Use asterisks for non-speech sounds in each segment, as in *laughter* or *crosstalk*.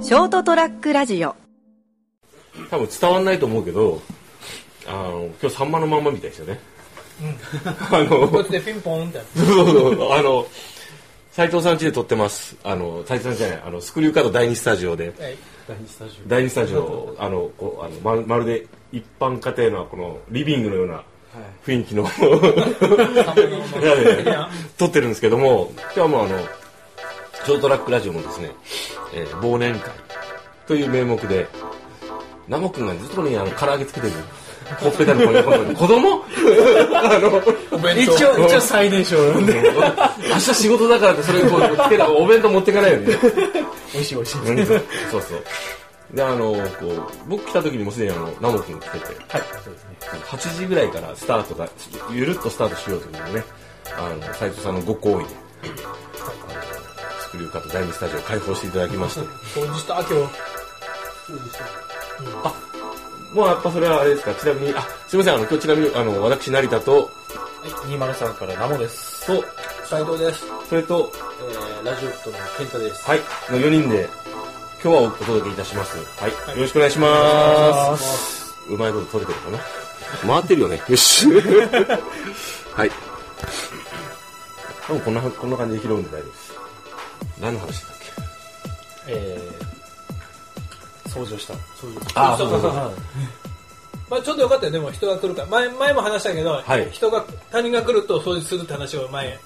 ショートトラックラジオ多分伝わんないと思うけどあの今日さんまのまんまみたいですよね、あのこうやってピンポンってやつそうそうそうあの斉藤さん家で撮ってますあの斉藤さんじゃないあのスクリューカード第2スタジオではい第2スタジオあのこうあのまるまるで一般家庭のこのリビングのような雰囲気の、部屋で撮ってるんですけども今日はもうあのショートラックラジオもですね、えー忘年会という名目でナモ君がずっとここにあの唐揚げつけてるほっぺたのこれ子供 *laughs* あの一応一応最年少なんで明日仕事だからってそれこうつけたお弁当持ってかないよね美味しい美味しいうんそうそう。で、あの、こう、僕来た時にもうすでにあの、ナモ君来てて、はいそうですね8時ぐらいからスタートが、ゆるっとスタートしようというね、あの、斎藤さんのご好意で、あのスクリューカット第2スタジオを開放していただきまして、掃除した今日もうやっぱそれはあれですか、ちなみに、あ、すいません、あの、今日ちなみに、あの、私、成田と、 203からナモです。と、斉藤です、それと、えー、ラジオットの健太ですはい、の4人で、今日はお届けいたします。はい、よろしくお願いします。うまいこと取れてるかな回ってるよね。よし。 *laughs* はい。多分こんな、こんな感じで拾うんで大丈夫です。何の話だっけえー、掃除をした。あそうそうそうまあちょうどよかったよでも人が来るから前前も話したけど、はい人が他人が来ると掃除するって話を前、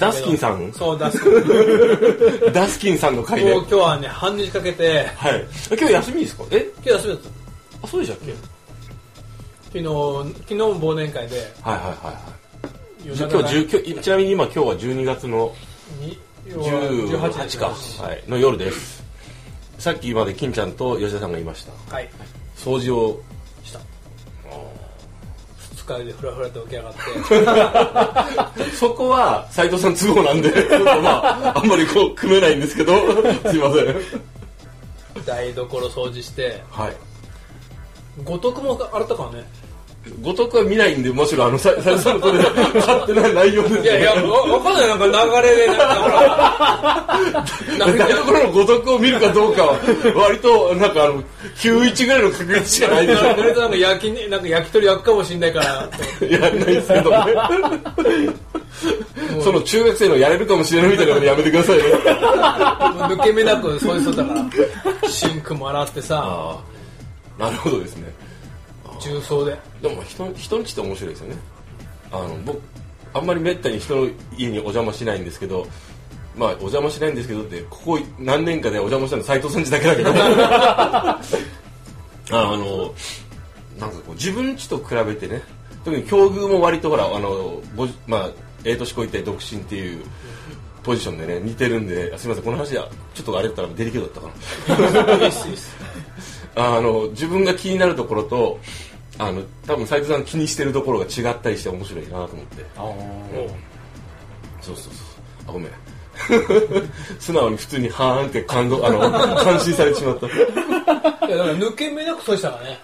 ダスキンさんそうダスキンもうダスキンさんの回で。は今い。日はね半日かけて今日休みですかえ今日休みだったあ、そうでしたっけ昨日昨日も忘年会ではいはいはいはい。今じゃあ今日10今日、ちなみに今今日は12月の18か、はい、の夜ですさっきまで金ちゃんと吉田さんがいましたはい掃除をした2日でフラフラと起き上がってそこは斉藤さん都合なんでちょっとまああんまりこう組めないんですけどすいません台所掃除してはい五徳も洗ったからねごとくは見ないんでむしろあのさ斉藤さんのそれ勝手な内容ですねいやい *laughs* や、わわかんない、なんか流れで、なんかほら、なんか台所のごとくを見るかどうかは割となんかあの91ぐらいの確率しかないですよなんねかなんか焼きに、なんか焼き鳥焼くかもしんないから、やらないですけどねその中学生のやれるかもしれないみたいなのやめてくださいね抜け目なく掃除するから、シンクも洗ってさ、ああなるほどですね重曹で。でも人人んちって面白いですよねあの僕あんまりめったに人の家にお邪魔しないんですけどまあお邪魔しないんですけどってここ何年かでお邪魔したの斎藤さんちだけだけどあのなんかこう自分ちと比べてね特に境遇も割とほらあのぼじまあええ年こいて独身っていうポジションでね似てるんであすみませんこの話はちょっとあれだったらデリケートだったかなあの自分が気になるところとあの多分斉藤さん気にしてるところが違ったりして面白いなと思ってあーそうそうそうあごめん *laughs* 素直に普通にはーんって感動あの感心されてしまったいいや、だから抜け目なく掃除したからね。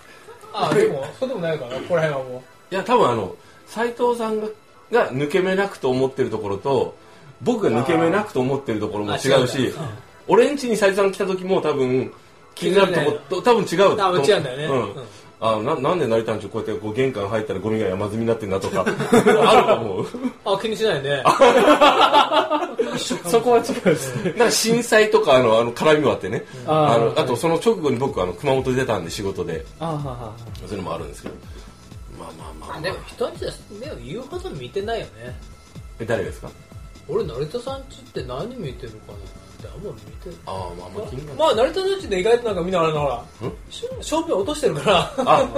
あ、でも、そうでもないから、ここら辺はもや多分あの斉藤さんがが抜け目なくと思ってるところと僕が抜け目なくと思ってるところも違うあーあ違しうんだうん俺ん家に斉藤さん来た時も多分気になるところ多分違うあ違うんだよねうんうんあななんで成田んちこうやってこう玄関入ったらゴミが山積みになってんだとかあると思うう。あ、気にしないね。そこは違うですね。なんか震災とかあのあの絡みもあってね、ああーのあとその直後に僕あの熊本出たんで仕事であーはーはそういうのもあるんですけどまあまあまあ、まあ、でも、人に目を言うほど見てないよね。え誰ですか俺、成田さんちって何見てるかなって、あんま見てる。ああまあまあ気になるまあ、成田さんちって意外となんかみんなあれだから、照明落としてるから、 *laughs* あ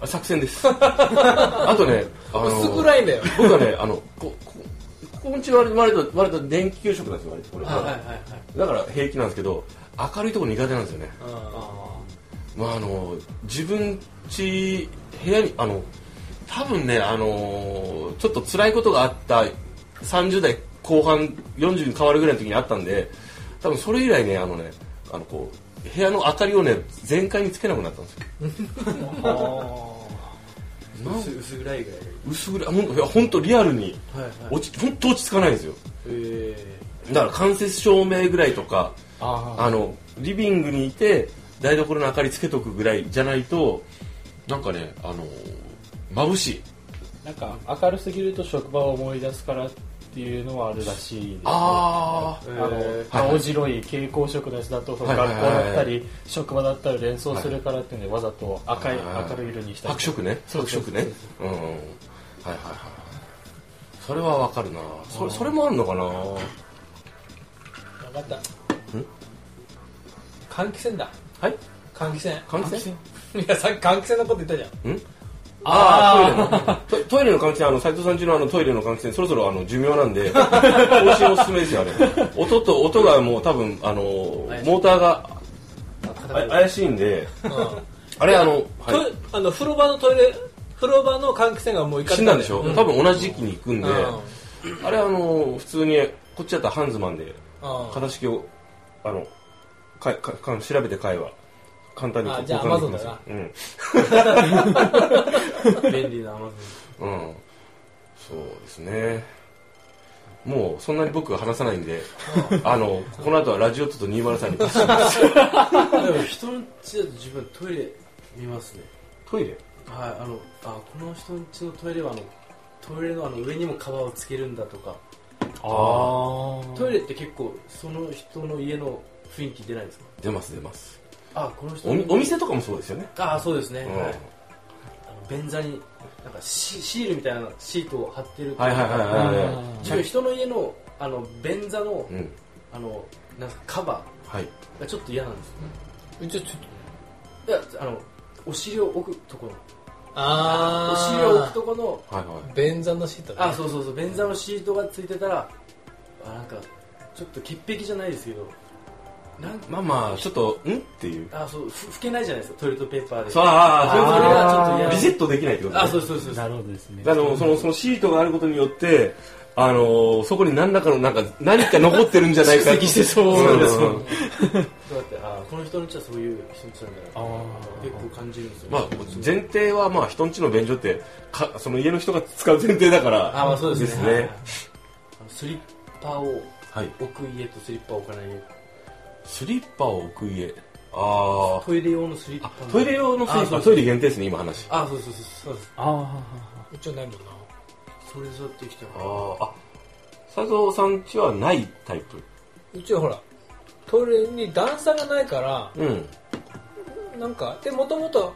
あ作戦ですあとねあの薄暗いんだよ。僕はねあのここここんち割と割と割と電気給食なんですよ割とこれ、はい。だから平気なんですけど明るいとこ苦手なんですよねあまああの自分ち部屋にあの多分ねあのちょっと辛いことがあった30代後半40に変わるぐらいの時にあったんで多分それ以来ねあのねあのこう部屋の明かりをね全開につけなくなったんですよなん薄薄暗いぐらい薄暗いほんいや本当リアルにはいはい落ち本当落ち着かないんですよえだから間接照明ぐらいとかあー。あのリビングにいて台所の明かりつけとくぐらいじゃないとなんかねあの眩しいなんか明るすぎると職場を思い出すからっていうのはあるらしいですね、ああーのへー青白い蛍光色のやつだとそのはいは学い校はいだったり職場だったり連想するからっていうのでわざと赤いはい明るい色にしたり白色ねそう白そうそ色うねうんはいはいはいそれはわかるなそれそれもあるのかな分かった換気扇だはい換気扇 *laughs* 換気扇いやさっき換気扇のこと言ったじゃんああトイレのト *laughs* トイレの換気扇あの斉藤さんちのあのトイレの換気扇そろそろあの寿命なん *laughs* で更新おすすめですよあれ音と音がもう多分あのモーターがあ怪しいんであれあの、はいトイあの風呂場のトイレ風呂場の換気扇がもういか死んだんでしょ、多分同じ時期に行くんで、うんあれあの普通にこっちだったらハンズマンでうん *laughs* 型式をあのかかか調べて買えば簡単にあ交じゃあ換できますよ Amazon うん便利なアマゾうんそうですねもうそんなに僕は話さないんであのこの後はラジオとと203にパスしますン。でも人の家だと自分トイレ見ますね。トイレはい、あの、あ、この人の家のトイレはあの、トイレのあの上にもカバーをつけるんだとか、ああトイレって結構その人の家の雰囲気出ないですか出ます出ますあ、この人おみお店とかもそうですよね、あ、そうですね。うんはい。あの便座になんかシシールみたいなシートを貼ってるとはいはいはいはいあはー自分人の家のあの便座のいうんあのなんすかカバはいーがちょっと嫌なんですうちょちょっといやあのお尻を置くところお尻を置あくとこのはいはい便座のシートねあそうそうそう便座のシートがついてたらあなんかちょっと潔癖じゃないですけどなんまあまあちょっとんっていうあそうふ拭けないじゃないですかトイレットペーパーでそうあそれあがちょっとそういうこと嫌ねでリすセットできないってことねあそうそうそうそうなるほどですねだからもうそのそのシートがあることによって、あのーそこに何らかのなんか何か残ってるんじゃないかしてそううでですすねそうやってあこの人の家はそういう人の家なんだあーな結構感じるんですよまあ、前提はまあ人んちの便所ってかその家の人が使う前提だからあまあそうですですねねあのスリッパをはい置く家とスリッパを置かない家スリッパを置く家あトイレ用のスリッパあトイレ用のスリッあそパうトイレ限定ですね今話あそうそうそうそうですあうちはないもんなそれぞってきたあーあ佐藤さんちはないタイプうちはほらトイレに段差がないからうんなんかでもともと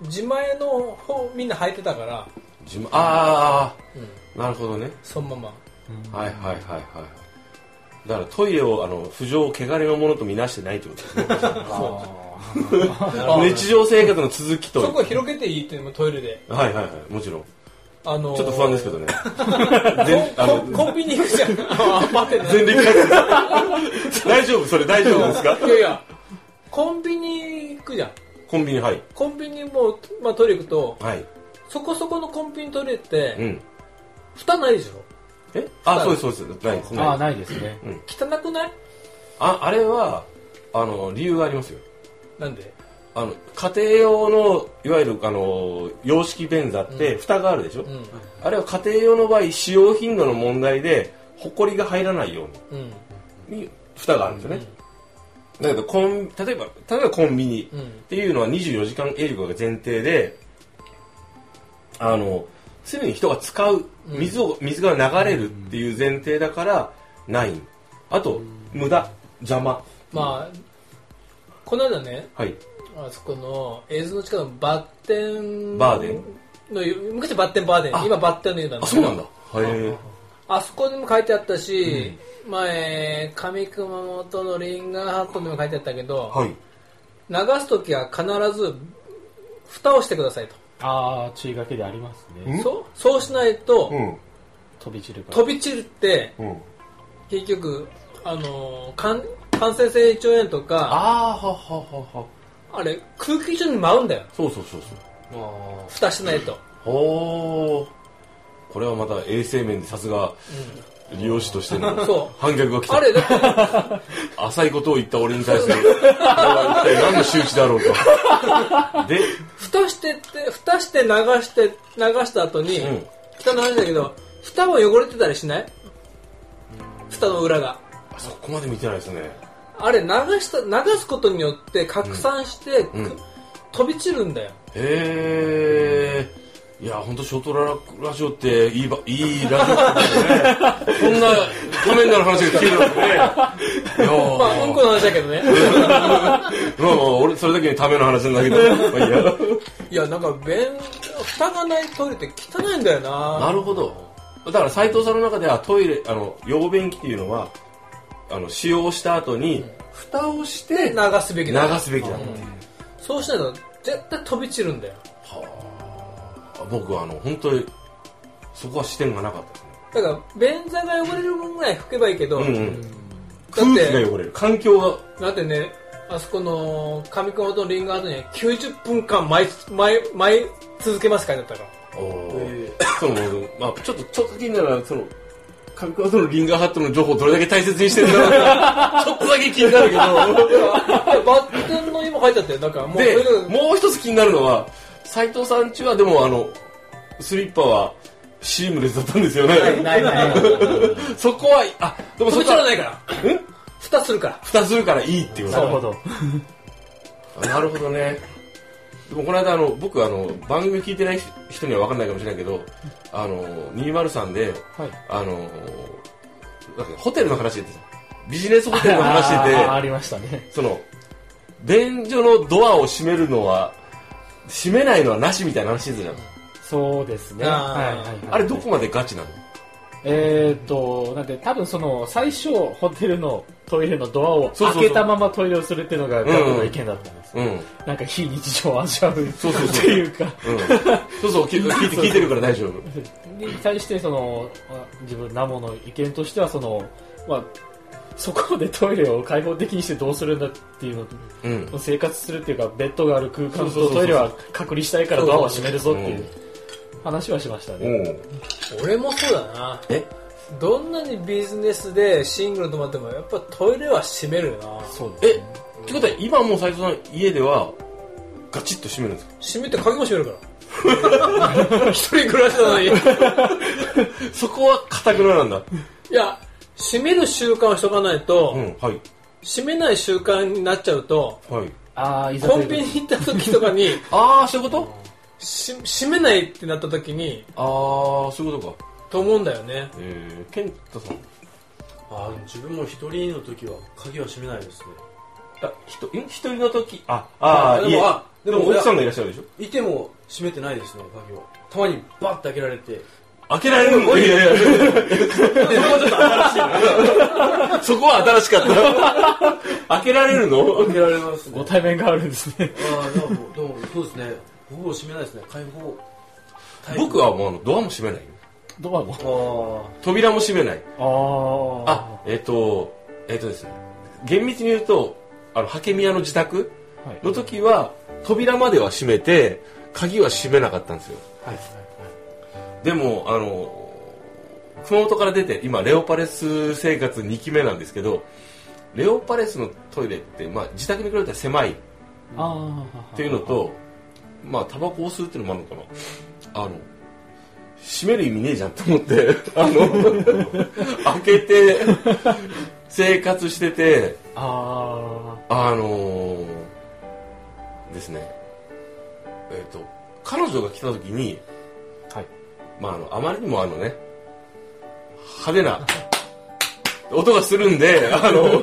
自前の方みんな履いてたから、自慢あうあん、なるほどねそのまはいはいはいはいだからトイレをあの不浄汚れのものとみなしてないってことですね *laughs* ま日常生活の続きとそこを広げていいっていうのもトイレではいはいはいもちろんあのーちょっと不安ですけ *laughs* どね全あコのンコンビニ行くじゃんあ待っ *laughs* て全力回転大丈夫それ大丈夫ですかいやいやコンビニ行くじゃんコンビニはいコンビニも、まあ、トイレ行くとはいそこそこのコンビニトイレっうてん蓋ないでしょえあそうですそうですないですあないないですね汚くないああれはあの理由がありますよなんであの家庭用のいわゆるあの洋式便座って蓋があるでしょ、うんあれは家庭用の場合使用頻度の問題でホコリが入らないようにうんに蓋があるんですよね、だけどコン例えば例えばコンビニうんっていうのは24時間営業が前提であの常に人が使ううん水を水が流れるっていう前提だからないあと無駄邪魔まあこの間ねはいあそこの映像の近くのバッテンバーデンの昔バッテンバーデン今バッテンの湯なんあだけそうどなんだへあそこにも書いてあったし、前上熊本のリンガーハットにも書いてあったけえどはい流す時は必ず蓋をしてくださいと、ああ注意書きでありますねんそうそうしないと、うん飛び散るから飛び散るってうん結局あのー感感染性胃腸炎とかああははははあれ空気中に舞うんだよそうそうそうそう蓋しな *laughs* いと、おーこれはまた衛生面でさすが利用士として *laughs* のそ反逆が来うたあれだって浅いことを言った俺に対す *laughs* る、これは一体何の周知だろうか。で、蓋してって蓋して流して流した後に、うん蓋の話だけど蓋も汚れてたりしない蓋の裏があそこまで見てないですね。あれ流した流すことによって拡散して、んうんく飛び散るんだよへえ。いや、本当ショートララジオっていいば、いいラジオだね。こんなためになる話が聞けるなん *laughs* てね。いやーまあうんこの話だけどねまあまあ、俺、それだけにための話なんだけど。まあいいやいやなんか便蓋がないトイレって汚いんだよななるほど。だから斉藤さんの中ではトイレ、あの、用便器っていうのは、あの、使用した後に、蓋をして流すべき流だすべきだっていう。そうしないと絶対飛び散るんだよはあ。僕はあの、本当に、そこは視点がなかったですね。だから便座が汚れる分ぐらい拭けばいいけど、うんうんだ空っ気てが汚れる。環境がだってねあそこの上熊とリンゴアートには90分間舞い舞い舞い続けますから *laughs* だったからおーそのまあちょっとちょっと気になるのはその上川とのリンガーハットの情報をどれだけ大切にしてるの *laughs* かちょっとだけ気になるけでバッテンの今入っちゃってだからもうそれどでがもう一つ気になるのは斉藤さんちはでもあのスリッパはシームレスだったんですよねないない *laughs* そこはあでも飛そびこ散らはないから蓋するから蓋するからいいっていうこなとるほど。あなるほどね。でもこの間あの僕あの番組聞いてない人には分かんないかもしれないけど、あの203で、はいあのなんかホテルの話してたじゃんビジネスホテルの話あーあしてりましたね。て、その便所のドアを閉めるのは閉めないのはなしみたいな話してたじゃん。そうですね。あーはいはいはいあれどこまでガチなの？えーっと、なんで多分その最初ホテルのトイレのドアをそうそうそう開けたままトイレをするっていうのがうんガブの意見だったんです。 *laughs* うん。なんか非日常を味わうそうそうそうっていうか、うん、そうそう聞い聞いて聞いてるから大丈夫。に対してそのまあ自分ナモの意見としてはその、まあ、そこでトイレを開放的にしてどうするんだっていうのうん。生活するっていうかベッドがある空間そうそうそうとそうトイレは隔離したいからドアは閉めるぞっていう話はしましたおね。う俺もそうだなえ？どんなにビジネスでシングル泊まってもやっぱトイレは閉めるよなそうですえ？ってことは今もう斉藤さん家ではガチッと閉めるんですか？閉めて鍵も閉めるから *laughs* 一人暮らしなのにいそこは固くななんだ。や閉める習慣をしとかないと、うん、はい。閉めない習慣になっちゃうとはい。ああ、いざコといンうビニ行った時とかにああ、そういうこし閉めないってなった時にとああ、そういうことか。と思うんだよねえー、ケンタさん。あー自分も一人の時は鍵は閉めないですねあ、ひと、ん一人の時。あ、あああ、でいもえ。あででもも奥さんがいらっしゃるでしょいても閉めてないですね鍵はたまにバッて開けられて開けられるのいやいや。そこは新しいそこは新しか *laughs* った。開けられるの開けられま *laughs* すごね対面があるんですね。ああでもでもそうですねほぼ閉めないですね開放タイプ僕はもうあのドアも閉めないよ。ドアも。あ扉も閉めない。ああ。あ、えっ、と、えっ、とですね。厳密に言うと、あの、ハケミヤの自宅はいの時は、扉までは閉めて、鍵は閉めなかったんですよ。はい。でもあの熊本から出て今レオパレス生活2期目なんですけどレオパレスのトイレって、まあ、自宅に比べたら狭いっああ。ていうのとまあタバコを吸うっていうのもあるのかなあの閉める意味ねえじゃんと思ってあの開けて生活しててああのですねえっ、と彼女が来た時にあ。はい。まあ、あのあまりにもあのね派手な音がするんであの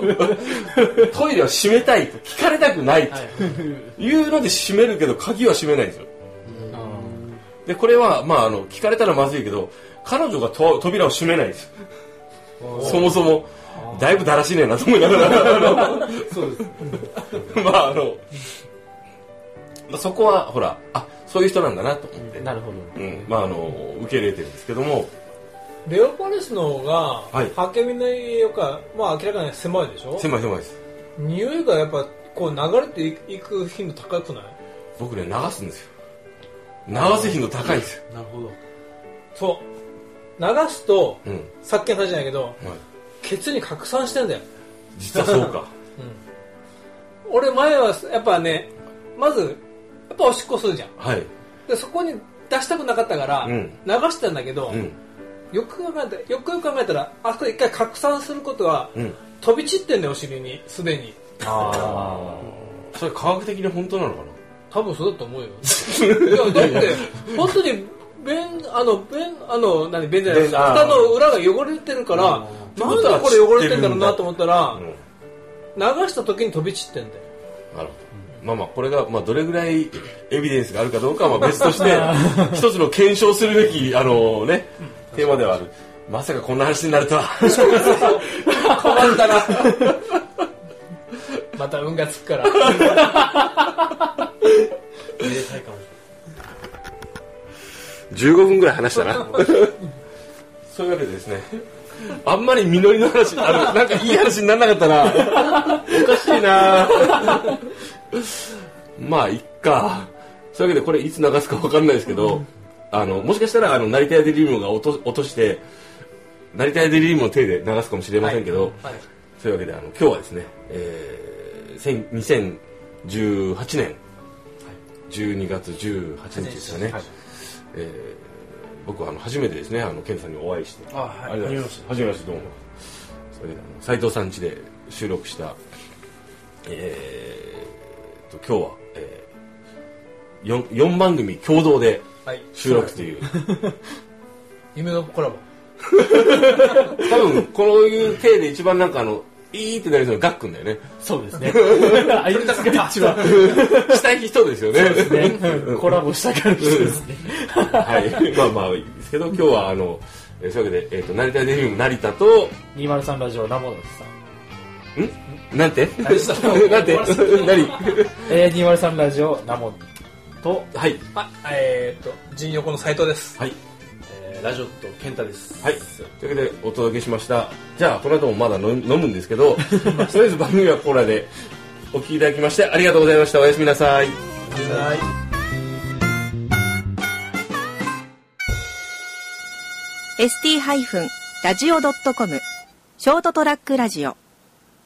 トイレは閉めたいと聞かれたくないあはいというので閉めるけど鍵は閉めないんですよでこれは、まあ、あの聞かれたらまずいけど彼女がと扉を閉めないんですよそもそもだいぶだらしねえなと思いながらあのそうで *laughs* すまああのまあそこはほらあそういう人なんだなと思って、なるほど。うんまあ、あの受け入れてるんですけどもレオパレスの方が、はいハケミの家よりか、まあ明らかに狭いでしょ狭い狭いです匂いがやっぱこう流れていくいく頻度高くない僕ね流すんですよ流す頻度高いんですよ、なるほどそう。流すと、うんさっきの話じゃないけど、はい、ケツに拡散してんだよ。実はそう *laughs* か俺前はやっぱね、まず、やっぱおしっこするじゃん。はいで、そこに出したくなかったから、うん流してたんだけど、うんよく考えたよくよく考えたら、あそこで一回拡散することは、うん飛び散ってんだよお尻にすでにああそれ科学的に本当なのかな多分そうだと思う *laughs* よいやだって本当に便あの便あの何便じゃないです便あー蓋の裏が汚れてるからなんでこれ汚れてんだろうなと思ったらうん流した時に飛び散ってんだよなるほど。まあまあ、これが、まあ、どれぐらいエビデンスがあるかどうかはまあ別と *laughs* して、一つの検証するべき、あのね、テーマではある。まさかこんな話になるとは。困ったなまた運がつくから *laughs* めでたいかも15分ぐらい話したな。 *laughs* そういうわけでですね、あんまり実りの話、あ *laughs* の、なんかいい話にならなかったな。おかしいなまあ、いっか。そういうわけで、これいつ流すかわかんないですけど、あの、もしかしたら、あの、成田屋デリリウムが落と落として、成田屋デリリウムの手で流すかもしれませんけど、はいそういうわけで、あの、今日はですね、えーせん、2018年、12月18日ですよね。えー僕はあの初めてですね、あの、ケンさんにお会いして、あはありがいとうございます。はじめまして、どうも。それで、あの斉藤さん家で収録した、えー、と、今日は、えー、4, 4番組共同ではい収録という、夢のコラボ多分こういう体で一番なんかあの、いいってなるのがガックンだよね。そうですね。あいつが一番したい人ですよ *laughs* ね。ね、コラボしたからですね。はい。まあまあいいですけど、今日はあの、えーそういうわけで、えっ、と、成田デビューム成田と、 203ラジオラモですさん。なんてなんて何えー、203ラジオラモと、はい。あえー、っと陣横の斎藤ですはい。えーラジオット健太ですはい。というわけで、お届けしました。じゃあ、この後もまだ飲む飲むんですけど、とりあえず番組はここらでお聞きいただきまして、ありがとうございました。おやすみなさい。はい ST-radio.com ショートトラックラジオ